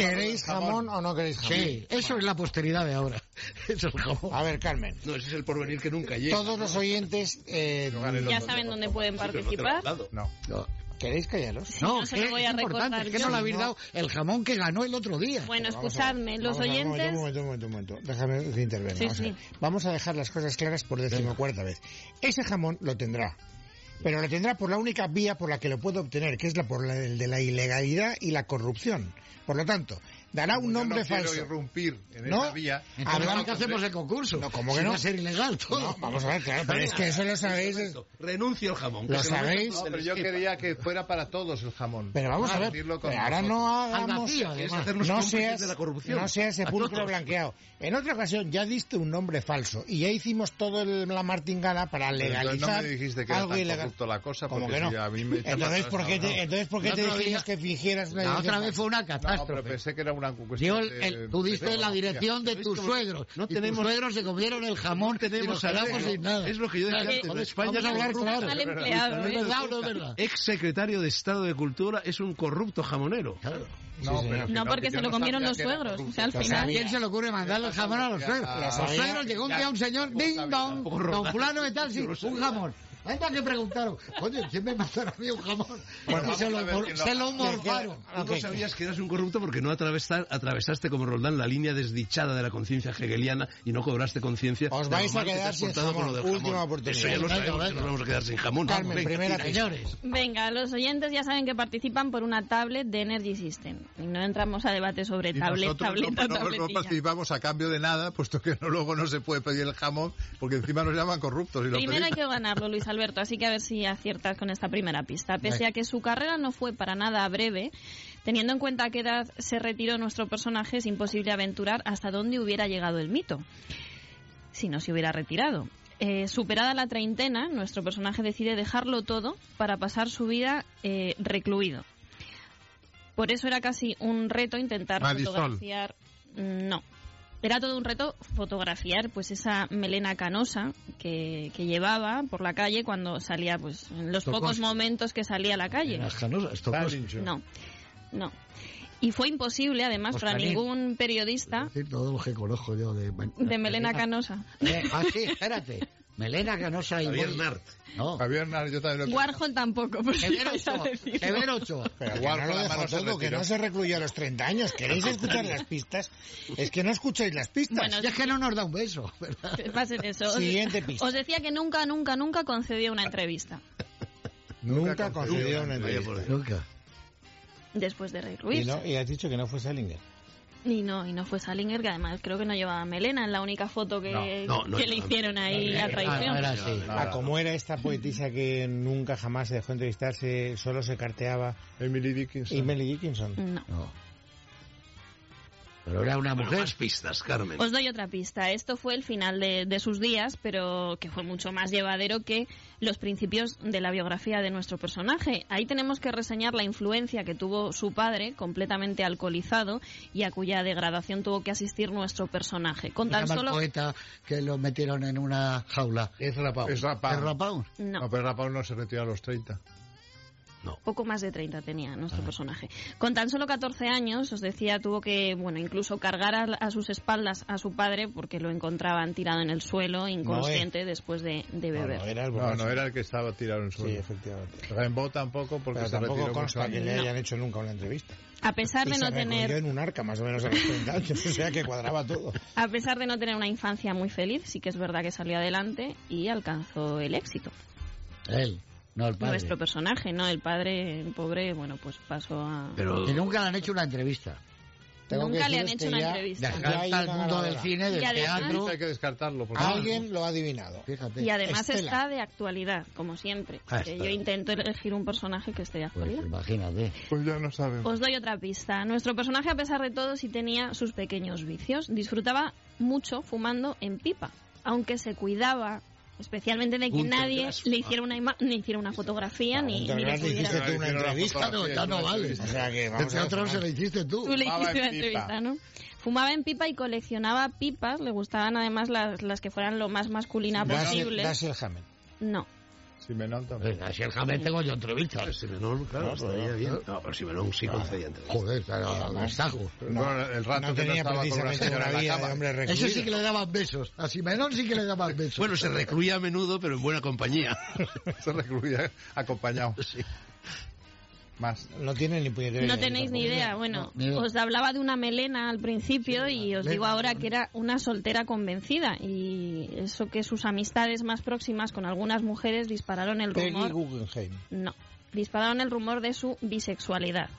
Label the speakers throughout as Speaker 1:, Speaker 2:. Speaker 1: ¿Queréis jamón, o no queréis jamón? Eh,
Speaker 2: Sí, eso es la posteridad de ahora. Eso es el jamón.
Speaker 1: A ver, Carmen.
Speaker 3: No, ese es el porvenir que nunca llega.
Speaker 1: Todos los oyentes. eh,
Speaker 4: Ya saben dónde pueden participar.
Speaker 1: no. ¿Queréis callaros?
Speaker 2: No,
Speaker 4: no se lo
Speaker 2: es
Speaker 4: voy a
Speaker 2: importante,
Speaker 4: recordar
Speaker 2: es que
Speaker 4: yo.
Speaker 2: no le habéis dado el jamón que ganó el otro día.
Speaker 4: Bueno,
Speaker 1: Vamos a ver,
Speaker 4: escuchadme,
Speaker 1: vamos
Speaker 4: los
Speaker 1: a ver,
Speaker 4: oyentes.
Speaker 1: Un momento, un momento, un momento. un momento. Déjame que intervenga.
Speaker 4: Sí,
Speaker 1: vamos, a
Speaker 4: sí.
Speaker 1: ver. Vamos a dejar las cosas claras por decimocuarta vez. Ese jamón lo tendrá. Pero lo tendrá por la única vía por la que lo puede obtener, que es la por la del- de la ilegalidad y la corrupción. Por lo tanto, dará un nombre
Speaker 3: no
Speaker 1: falso.
Speaker 3: Quiero irrumpir en
Speaker 1: No,
Speaker 3: esa vía.
Speaker 2: Hablamos
Speaker 1: Hablamos-
Speaker 2: que hacemos el concurso.
Speaker 1: No, ¿cómo que
Speaker 2: Si
Speaker 1: no?
Speaker 2: Va a ser ilegal todo.
Speaker 1: No, vamos a ver, claro, pero es que eso lo sabéis. es-
Speaker 5: Renuncio al jamón.
Speaker 1: Lo sabéis.
Speaker 3: No, pero yo quería que fuera para todos el jamón.
Speaker 1: Pero vamos a
Speaker 3: Vale,
Speaker 1: ver,
Speaker 3: decirlo con
Speaker 1: pero ahora
Speaker 3: nosotros.
Speaker 1: no
Speaker 2: Al
Speaker 1: hagamos.
Speaker 2: vacío,
Speaker 5: Es
Speaker 2: además.
Speaker 5: hacernos
Speaker 1: No
Speaker 5: cómplices
Speaker 1: seas,
Speaker 5: de la corrupción.
Speaker 1: no seas sepulcro
Speaker 5: todos.
Speaker 1: blanqueado. En otra ocasión ya diste un nombre falso y ya hicimos todo el- la martingala para
Speaker 3: Pero entonces
Speaker 1: legalizar
Speaker 3: no me dijiste que era
Speaker 1: algo
Speaker 3: tan
Speaker 1: ilegal.
Speaker 3: corrupto la cosa
Speaker 1: Como
Speaker 3: porque
Speaker 1: que no.
Speaker 3: si a mí me echan
Speaker 1: entonces,
Speaker 3: atrás,
Speaker 1: ¿por qué
Speaker 3: no,
Speaker 1: te,
Speaker 3: no.
Speaker 1: entonces, ¿por qué
Speaker 2: El
Speaker 1: te
Speaker 2: otro
Speaker 1: dijimos
Speaker 2: día-
Speaker 1: que fingieras una
Speaker 2: La
Speaker 1: dirección
Speaker 2: otra vez fue una
Speaker 3: No, pero pues, eh,
Speaker 2: catástrofe.
Speaker 3: pensé que era una cuestión
Speaker 2: Dio el-
Speaker 3: de-
Speaker 2: el- tú diste
Speaker 3: de-
Speaker 2: la dirección de
Speaker 5: ¿Sabéis
Speaker 2: tus
Speaker 5: cómo-
Speaker 2: suegros.
Speaker 5: no
Speaker 2: y
Speaker 5: tenemos-
Speaker 2: tus suegros se comieron el jamón.
Speaker 5: No tenemos
Speaker 2: y nos quedamos
Speaker 5: empleo.
Speaker 2: sin nada.
Speaker 5: Es lo que yo decía
Speaker 2: Claro,
Speaker 4: eh,
Speaker 5: antes,
Speaker 2: joder,
Speaker 5: en España
Speaker 2: vamos a hablar
Speaker 5: corrupto.
Speaker 2: claro.
Speaker 4: Mal empleado,
Speaker 2: Es
Speaker 4: ¿eh?
Speaker 2: verdad o no es verdad.
Speaker 5: Ex secretario de Estado de Cultura es un corrupto jamonero.
Speaker 2: Claro.
Speaker 3: No,
Speaker 1: Sí,
Speaker 3: pero
Speaker 1: señor.
Speaker 3: que
Speaker 4: No, porque
Speaker 3: que
Speaker 4: se
Speaker 3: yo
Speaker 4: lo
Speaker 3: no
Speaker 4: comieron
Speaker 3: sabía
Speaker 4: los
Speaker 3: que era
Speaker 4: suegros. O sea, al
Speaker 3: corrupto.
Speaker 1: Lo
Speaker 2: ¿A
Speaker 4: final.
Speaker 1: sabía.
Speaker 2: quién se le ocurre mandarle el jamón a los suegros?
Speaker 3: ah. Ya,
Speaker 2: Los
Speaker 1: sabía.
Speaker 2: suegros llegó un día un señor, ding dong, don fulano de tal, sí, un jamón. Anda que preguntaron, oye, ¿quién me mandaron a mí un jamón?
Speaker 3: Bueno,
Speaker 2: y se
Speaker 3: vamos a ver
Speaker 2: lo,
Speaker 3: quién lo-
Speaker 2: se lo
Speaker 1: Que- que-
Speaker 2: morfaron.
Speaker 5: Tú no
Speaker 1: Ah, ok.
Speaker 5: sabías que eras un corrupto porque no atravesa- atravesaste como Roldán la línea desdichada de la conciencia hegeliana y no cobraste conciencia.
Speaker 1: Os
Speaker 5: de lo
Speaker 1: vais a
Speaker 5: mal que te
Speaker 1: quedar
Speaker 5: has
Speaker 1: sin
Speaker 5: portado con
Speaker 1: jamón.
Speaker 5: lo del jamón.
Speaker 1: Última oportunidad.
Speaker 5: Eso ya lo
Speaker 2: Venga,
Speaker 5: sabemos, que
Speaker 2: venga.
Speaker 5: nos vamos a quedar sin jamón.
Speaker 1: Carmen,
Speaker 5: Venga,
Speaker 1: primera
Speaker 5: tira.
Speaker 2: Señores,
Speaker 4: Venga, los oyentes ya saben que participan por una tablet de Energy System. Y no entramos a debate sobre
Speaker 3: Y
Speaker 4: tablet,
Speaker 3: nosotros
Speaker 4: tableta,
Speaker 3: no, no- no
Speaker 4: tabletilla.
Speaker 3: participamos a cambio de nada, puesto que no- luego no se puede pedir el jamón, porque encima nos llaman corruptos. Y lo
Speaker 4: Primero hay
Speaker 3: pedimos.
Speaker 4: que ganarlo, Luis Alberto, así que a ver si aciertas con esta primera pista. Pese a que su carrera no fue para nada breve, teniendo en cuenta a qué edad se retiró nuestro personaje, es imposible aventurar hasta dónde hubiera llegado el mito. si no se hubiera retirado. Eh, superada la treintena, nuestro personaje decide dejarlo todo para pasar su vida eh, recluido. Por eso era casi un reto intentar
Speaker 3: Marisol.
Speaker 4: fotografiar. mm, No. Era todo un reto fotografiar pues esa melena canosa que, que llevaba por la calle cuando salía, pues en los
Speaker 2: Tocó-
Speaker 4: pocos momentos que salía a la calle.
Speaker 2: las canosas, tocos.
Speaker 4: No, no. Y fue imposible, además, para
Speaker 2: Oscarín.
Speaker 4: ningún
Speaker 2: Es
Speaker 4: periodista
Speaker 2: decir, todo lo que conozco yo de...
Speaker 4: de melena canosa.
Speaker 2: Eh, ah, sí, espérate. Melena Canosa y...
Speaker 5: Javier
Speaker 2: boli-
Speaker 5: Nart.
Speaker 2: No.
Speaker 3: Javier, no, yo también lo he
Speaker 4: Warhol tampoco, por si
Speaker 2: Evero
Speaker 4: vais a
Speaker 2: 8.
Speaker 4: decir.
Speaker 2: Evero 8.
Speaker 1: Pero que
Speaker 3: Igual
Speaker 1: no
Speaker 3: con
Speaker 1: lo
Speaker 3: la
Speaker 1: dejó
Speaker 3: mano se
Speaker 1: todo, que
Speaker 3: retiró.
Speaker 1: no se recluyó a los 30 años. ¿Queréis escuchar las pistas? Es que no escucháis las pistas.
Speaker 4: Bueno,
Speaker 2: Y es que no nos da un beso, ¿verdad?
Speaker 4: pasen eso. Os-
Speaker 1: Siguiente pista.
Speaker 4: Os decía que nunca, nunca, nunca concedió una entrevista
Speaker 1: nunca concedió una
Speaker 5: Vaya
Speaker 1: entrevista.
Speaker 5: por Dios.
Speaker 2: Nunca.
Speaker 4: después de
Speaker 3: pues,
Speaker 4: recluirse.
Speaker 1: Y, no, y has dicho que no fue Salinger.
Speaker 4: Y no, y no fue Salinger, que además creo que no llevaba melena en la única foto que,
Speaker 5: No, no, no
Speaker 4: que le
Speaker 5: llevaba
Speaker 4: hicieron ahí a traición.
Speaker 2: Ah, ahora sí.
Speaker 1: Ah, como era esta poetisa que nunca jamás se dejó entrevistarse, solo se carteaba.
Speaker 3: Emily Dickinson.
Speaker 1: Y Mary Dickinson.
Speaker 4: No.
Speaker 2: No. Pero era una
Speaker 5: ah, Bueno,
Speaker 2: mujer.
Speaker 5: más pistas, Carmen.
Speaker 4: Os doy otra pista. Esto fue el final de, de sus días, pero que fue mucho más llevadero que los principios de la biografía de nuestro personaje. Ahí tenemos que reseñar la influencia que tuvo su padre, completamente alcoholizado, y a cuya degradación tuvo que asistir nuestro personaje. Con tan
Speaker 2: Se llama el
Speaker 4: solo...
Speaker 2: poeta que lo metieron en una jaula.
Speaker 3: Es rapao. Es rapao.
Speaker 2: ¿Es Rapaun?
Speaker 4: No.
Speaker 1: Ah,
Speaker 3: No, pero rapao no se retiró a los 30.
Speaker 4: poco más de 30 tenía
Speaker 1: Ah.
Speaker 4: nuestro personaje. Con tan solo 14 años, os decía, tuvo que, bueno, incluso cargar a, a sus espaldas a su padre porque lo encontraban tirado en el suelo, inconsciente, después de, de
Speaker 1: eh. No,
Speaker 4: beber.
Speaker 1: no, era el
Speaker 3: No,
Speaker 1: borracho.
Speaker 3: no era el que estaba tirado en
Speaker 1: Sí,
Speaker 3: suelo.
Speaker 1: efectivamente.
Speaker 3: Rimbaud tampoco, porque
Speaker 1: Pero
Speaker 3: se
Speaker 1: tampoco
Speaker 3: retiró
Speaker 1: consta
Speaker 3: mucho
Speaker 1: que le
Speaker 3: antes.
Speaker 1: hayan hecho nunca una entrevista.
Speaker 4: A pesar
Speaker 1: Y
Speaker 4: de
Speaker 1: se
Speaker 4: no
Speaker 1: recluyó
Speaker 4: tener...
Speaker 1: en un arca, más o menos a los 30 años. O sea que cuadraba todo.
Speaker 4: A pesar de no tener una infancia muy feliz, sí que es verdad que salió adelante y alcanzó el éxito.
Speaker 2: Él, no el padre.
Speaker 4: Nuestro personaje, ¿no? El padre, el pobre, bueno, pues pasó a...
Speaker 5: Pero
Speaker 2: Y nunca le han hecho una entrevista.
Speaker 1: Tengo que
Speaker 4: Nunca le han
Speaker 1: deciros
Speaker 4: hecho
Speaker 1: que
Speaker 4: una
Speaker 1: ya-
Speaker 4: entrevista.
Speaker 1: ya
Speaker 2: Dejar
Speaker 1: hay
Speaker 2: al
Speaker 1: una
Speaker 2: mundo del
Speaker 1: ganadora. Pues
Speaker 2: cine, del
Speaker 4: Y además-
Speaker 2: teatro.
Speaker 3: Hay que descartarlo. porque-
Speaker 1: Alguien lo ha adivinado.
Speaker 2: Fíjate.
Speaker 4: Y además
Speaker 1: Estela.
Speaker 4: está de actualidad, como siempre.
Speaker 2: Ah,
Speaker 4: que
Speaker 2: está.
Speaker 4: yo intento elegir un personaje que esté de
Speaker 2: Pues
Speaker 4: actualidad.
Speaker 2: imagínate.
Speaker 3: Pues ya no sabemos.
Speaker 4: Os doy otra pista. Nuestro personaje, a pesar de todo, sí tenía sus pequeños vicios. Disfrutaba mucho fumando en pipa, aunque se cuidaba especialmente de que
Speaker 5: Punto,
Speaker 4: nadie
Speaker 5: gracias.
Speaker 4: le hiciera una, ima- ni hiciera una fotografía ni,
Speaker 1: Punto,
Speaker 4: ni le
Speaker 1: gracias.
Speaker 4: pudiera...
Speaker 1: Hiciste tú una
Speaker 3: Hicieron la
Speaker 1: entrevista.
Speaker 2: No,
Speaker 3: fotografía,
Speaker 2: ya no
Speaker 3: una
Speaker 2: vale.
Speaker 3: entrevista.
Speaker 1: O sea que vamos
Speaker 2: Este
Speaker 1: a
Speaker 2: otro se lo
Speaker 1: ver.
Speaker 2: hiciste tú.
Speaker 4: Tú le
Speaker 3: Fumaba
Speaker 4: hiciste
Speaker 3: en
Speaker 4: una
Speaker 3: pipa.
Speaker 4: entrevista, ¿no? Fumaba en pipa y coleccionaba pipas. Le gustaban además las, las que fueran lo más masculina
Speaker 1: Das-
Speaker 4: posible.
Speaker 1: das el Hammett.
Speaker 4: No.
Speaker 3: Sí, Simenón también.
Speaker 2: Venga, si Pues el jamón tengo yo entrevista.
Speaker 5: Pero Simenón, claro,
Speaker 2: No,
Speaker 5: estaría
Speaker 2: no,
Speaker 5: bien.
Speaker 2: no.
Speaker 5: No, pero Simenón
Speaker 1: Ah.
Speaker 5: sí concedía entrevista.
Speaker 2: Joder, claro, los tajos.
Speaker 3: Bueno, el rato
Speaker 1: no
Speaker 3: que no
Speaker 1: tenía
Speaker 3: estaba con una
Speaker 1: precisamente
Speaker 3: señora
Speaker 1: una
Speaker 3: en la
Speaker 1: vida de
Speaker 3: cama.
Speaker 1: hombre recluido.
Speaker 2: Eso sí que le daban besos. A Simenón sí que le daban besos.
Speaker 5: Bueno, se recluía a menudo, pero en buena compañía.
Speaker 3: Se recluía acompañado.
Speaker 5: Sí.
Speaker 3: Más.
Speaker 1: No tienen ni puñetera
Speaker 4: No
Speaker 1: idea.
Speaker 4: tenéis ni idea. Bueno,
Speaker 2: ni idea.
Speaker 4: os hablaba de una melena al principio y os
Speaker 2: melena,
Speaker 4: digo ahora
Speaker 2: bueno.
Speaker 4: que era una soltera convencida y eso que sus amistades más próximas con algunas mujeres dispararon el
Speaker 1: Peggy
Speaker 4: rumor.
Speaker 1: Guggenheim.
Speaker 4: No, dispararon el rumor de su bisexualidad.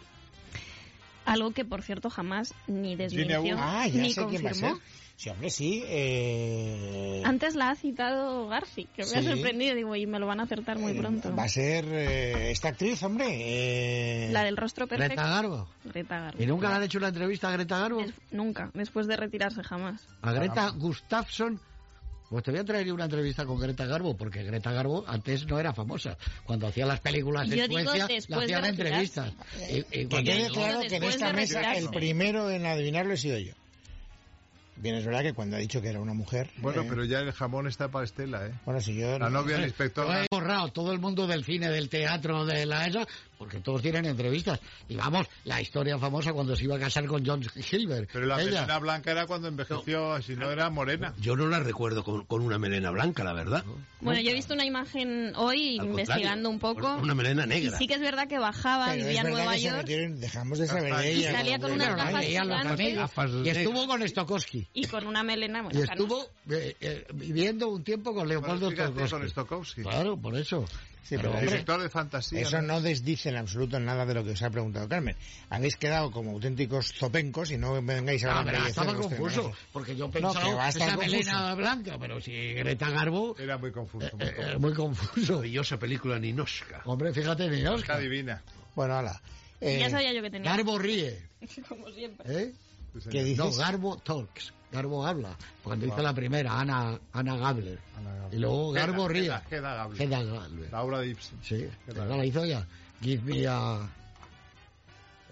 Speaker 4: Algo que, por cierto, jamás ni desmintió
Speaker 1: Ah, ya
Speaker 4: ni
Speaker 1: sé quién va a ser.
Speaker 4: confirmó.
Speaker 1: Sí, hombre, sí. Eh...
Speaker 4: Antes la ha citado Garci, que me ha
Speaker 1: Sí.
Speaker 4: sorprendido. Digo, y me lo van a acertar muy
Speaker 1: eh,
Speaker 4: pronto.
Speaker 1: Va a ser eh, esta actriz, hombre. Eh...
Speaker 4: La del rostro perfecto.
Speaker 2: Greta Garbo.
Speaker 4: Greta Garbo.
Speaker 2: ¿Y nunca le han hecho una entrevista a Greta Garbo?
Speaker 4: Des- Nunca, después de retirarse jamás.
Speaker 2: A Greta Gustafsson. Pues te voy a traer una entrevista con Greta Garbo, porque Greta Garbo antes no era famosa. Cuando hacía las películas
Speaker 4: Yo
Speaker 2: en
Speaker 4: digo
Speaker 2: Suecia,
Speaker 4: después
Speaker 2: le
Speaker 4: de
Speaker 2: hacían
Speaker 4: retirarse.
Speaker 2: entrevistas. Y- y
Speaker 1: Que
Speaker 2: cuando
Speaker 1: quede
Speaker 2: llegó-
Speaker 1: claro que en
Speaker 4: después
Speaker 1: esta
Speaker 4: de
Speaker 1: mesa el
Speaker 4: retirarse.
Speaker 1: primero en adivinarlo he sido yo. Bien, es verdad que cuando ha dicho que era una mujer.
Speaker 3: Bueno,
Speaker 1: eh,
Speaker 3: pero ya el jamón está para Estela, ¿eh?
Speaker 1: Bueno, si yo.
Speaker 3: La novia del
Speaker 2: Lo
Speaker 3: inspector.
Speaker 2: he borrado todo el mundo del cine, del teatro, de la esa, porque todos tienen entrevistas. Y vamos, la historia famosa cuando se iba a casar con John Hilbert.
Speaker 3: Pero la
Speaker 2: Ella.
Speaker 3: melena blanca era cuando envejeció, si no era morena.
Speaker 5: Yo no la recuerdo con, con una melena blanca, la verdad.
Speaker 4: Bueno, yo he visto una imagen hoy
Speaker 5: Al
Speaker 4: investigando
Speaker 5: contrario,
Speaker 4: un poco.
Speaker 5: Una melena
Speaker 4: Y
Speaker 5: negra.
Speaker 4: sí que es verdad que bajaba,
Speaker 1: pero
Speaker 4: vivía
Speaker 1: es
Speaker 4: en
Speaker 1: verdad
Speaker 4: Nueva
Speaker 1: que se
Speaker 4: York
Speaker 1: metieron- dejamos de saber
Speaker 3: Ah,
Speaker 1: de
Speaker 3: y
Speaker 1: ella.
Speaker 4: salía
Speaker 1: como
Speaker 4: con unas
Speaker 1: de-
Speaker 2: Claro, la
Speaker 4: gafas
Speaker 2: veían los
Speaker 4: gigantes.
Speaker 2: amigos.
Speaker 5: Gafas
Speaker 2: Y
Speaker 5: negras.
Speaker 2: estuvo con Stokowski.
Speaker 4: y con una melena. bueno,
Speaker 2: Y
Speaker 4: o sea, no-
Speaker 2: estuvo eh, eh, viviendo un tiempo con Leopoldo
Speaker 3: Bueno, fíjate, con
Speaker 2: Stokowski.
Speaker 3: Stokowski.
Speaker 2: Claro, por eso.
Speaker 1: Sí, pero
Speaker 2: Pero,
Speaker 3: El
Speaker 2: hombre,
Speaker 1: hombre,
Speaker 3: sector de fantasía.
Speaker 1: eso no desdice en absoluto nada de lo que os ha preguntado Carmen. Habéis quedado como auténticos zopencos y no vengáis a
Speaker 2: Ah, verá,
Speaker 1: embellecer
Speaker 2: estaba
Speaker 1: vuestro
Speaker 2: confuso,
Speaker 1: homenaje.
Speaker 2: porque yo
Speaker 1: que va
Speaker 2: pensaba
Speaker 1: a
Speaker 2: que
Speaker 1: estar
Speaker 2: esa
Speaker 1: confuso.
Speaker 2: melena blanca, pero si Greta Garbo, eh,
Speaker 3: Era muy confuso. muy
Speaker 2: eh,
Speaker 3: confuso.
Speaker 2: muy confuso.
Speaker 5: Maravillosa película Ninoshka.
Speaker 2: Hombre, fíjate, mi
Speaker 3: Está
Speaker 2: Oscar.
Speaker 1: eh,
Speaker 3: divina.
Speaker 1: Bueno, hala. Eh,
Speaker 4: ya sabía yo que tenía.
Speaker 2: Garbo ríe,
Speaker 4: Como siempre.
Speaker 2: ¿eh?
Speaker 3: Sí, señor.
Speaker 1: ¿Qué
Speaker 2: No,
Speaker 1: dices?
Speaker 2: Garbo Talks. Garbo habla. Cuando hizo
Speaker 3: Wow.
Speaker 2: la primera, Ana, Ana Gabler.
Speaker 3: Ana Gabriel.
Speaker 2: Y luego
Speaker 3: Queda,
Speaker 2: Garbo
Speaker 3: queda,
Speaker 2: ría.
Speaker 3: queda Gabriel.
Speaker 2: Hedda Gabler.
Speaker 3: Laura Dipson.
Speaker 2: Sí,
Speaker 3: Queda
Speaker 2: ¿verdad? La hizo ya. Give me a.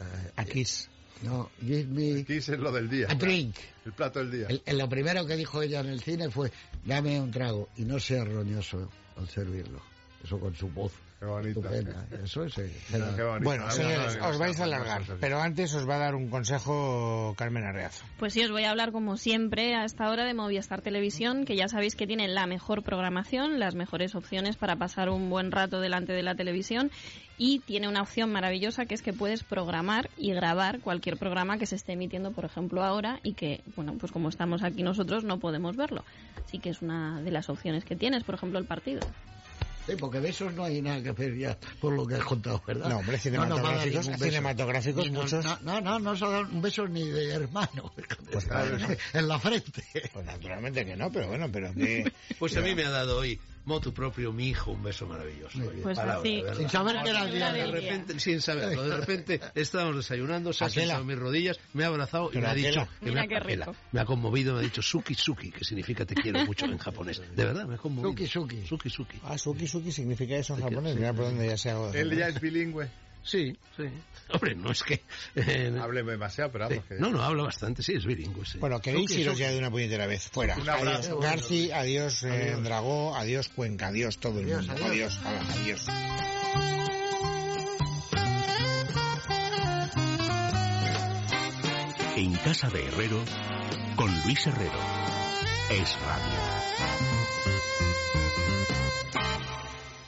Speaker 2: eh,
Speaker 1: A Kiss.
Speaker 2: no, give me
Speaker 3: Aquí es lo del día.
Speaker 2: a drink.
Speaker 3: El plato del día.
Speaker 2: El- el- lo primero que dijo ella en el cine fue: dame un trago y no sea roñoso al servirlo. Eso con su voz.
Speaker 3: Qué bonito.
Speaker 2: Estupenda. Eso es. eh,
Speaker 3: Ah, qué
Speaker 2: Hedda.
Speaker 3: bonito.
Speaker 1: Bueno,
Speaker 3: Ah,
Speaker 1: señores,
Speaker 3: no, no,
Speaker 1: os vais a
Speaker 3: no, no,
Speaker 1: alargar,
Speaker 3: no, no,
Speaker 1: pero antes os va a dar un consejo Carmen Arreazo.
Speaker 4: Pues sí, os voy a hablar como siempre a esta hora de Movistar Televisión, que ya sabéis que tiene la mejor programación, las mejores opciones para pasar un buen rato delante de la televisión y tiene una opción maravillosa que es que puedes programar y grabar cualquier programa que se esté emitiendo, por ejemplo, ahora y que, bueno, pues como estamos aquí nosotros no podemos verlo. Así que es una de las opciones que tienes, por ejemplo, el partido.
Speaker 2: Sí, porque besos no hay nada que hacer ya, por lo que has contado, ¿verdad?
Speaker 1: No, hombre,
Speaker 2: nos va a dar
Speaker 1: cinematográficos,
Speaker 2: ningún beso.
Speaker 1: cinematográficos
Speaker 2: Ni no-
Speaker 1: muchos.
Speaker 2: No, no, no, no se dan un beso ni de hermano. en la frente.
Speaker 1: Pues naturalmente que no, pero bueno, pero que...
Speaker 5: Pues a mí me ha dado hoy, motu propio, mi hijo, un beso maravilloso.
Speaker 2: Muy
Speaker 5: Oye,
Speaker 2: bien.
Speaker 4: Pues así.
Speaker 5: ¿verdad?
Speaker 2: Sin saber que era el día
Speaker 5: de
Speaker 2: de...
Speaker 5: repente, sin saberlo, de repente estábamos desayunando, se ha
Speaker 1: Aquela.
Speaker 5: sentado en mis rodillas, me ha abrazado y
Speaker 1: Pero
Speaker 5: me ha
Speaker 1: aquela.
Speaker 5: dicho que me,
Speaker 4: Mira
Speaker 5: ha,
Speaker 4: qué rico.
Speaker 5: aquela, me ha conmovido, me ha dicho suki suki, que significa te quiero mucho en japonés. De verdad, me ha conmovido.
Speaker 2: Suki, suki.
Speaker 5: Suki suki.
Speaker 1: Ah, suki suki significa eso en
Speaker 5: Sí,
Speaker 1: japonés,
Speaker 5: sí.
Speaker 1: mira por dónde ya se hago.
Speaker 3: no. Él ya es bilingüe.
Speaker 5: Sí, sí. Hombre, no es que... eh,
Speaker 3: Hable demasiado, pero
Speaker 5: sí.
Speaker 3: vamos. que-
Speaker 5: No, no, habla bastante, sí, es bilingüe. sí.
Speaker 1: Bueno, queréis
Speaker 5: Suki,
Speaker 1: iros
Speaker 5: suki.
Speaker 1: ya de una puñetera vez, fuera.
Speaker 3: Un abrazo.
Speaker 1: Adiós Garci, adiós, eh, Dragó, adiós Cuenca, adiós todo el
Speaker 2: Adiós,
Speaker 1: mundo,
Speaker 2: adiós.
Speaker 1: adiós, ala, adiós.
Speaker 6: En casa de Herrero, con Luis Herrero. Es Radio.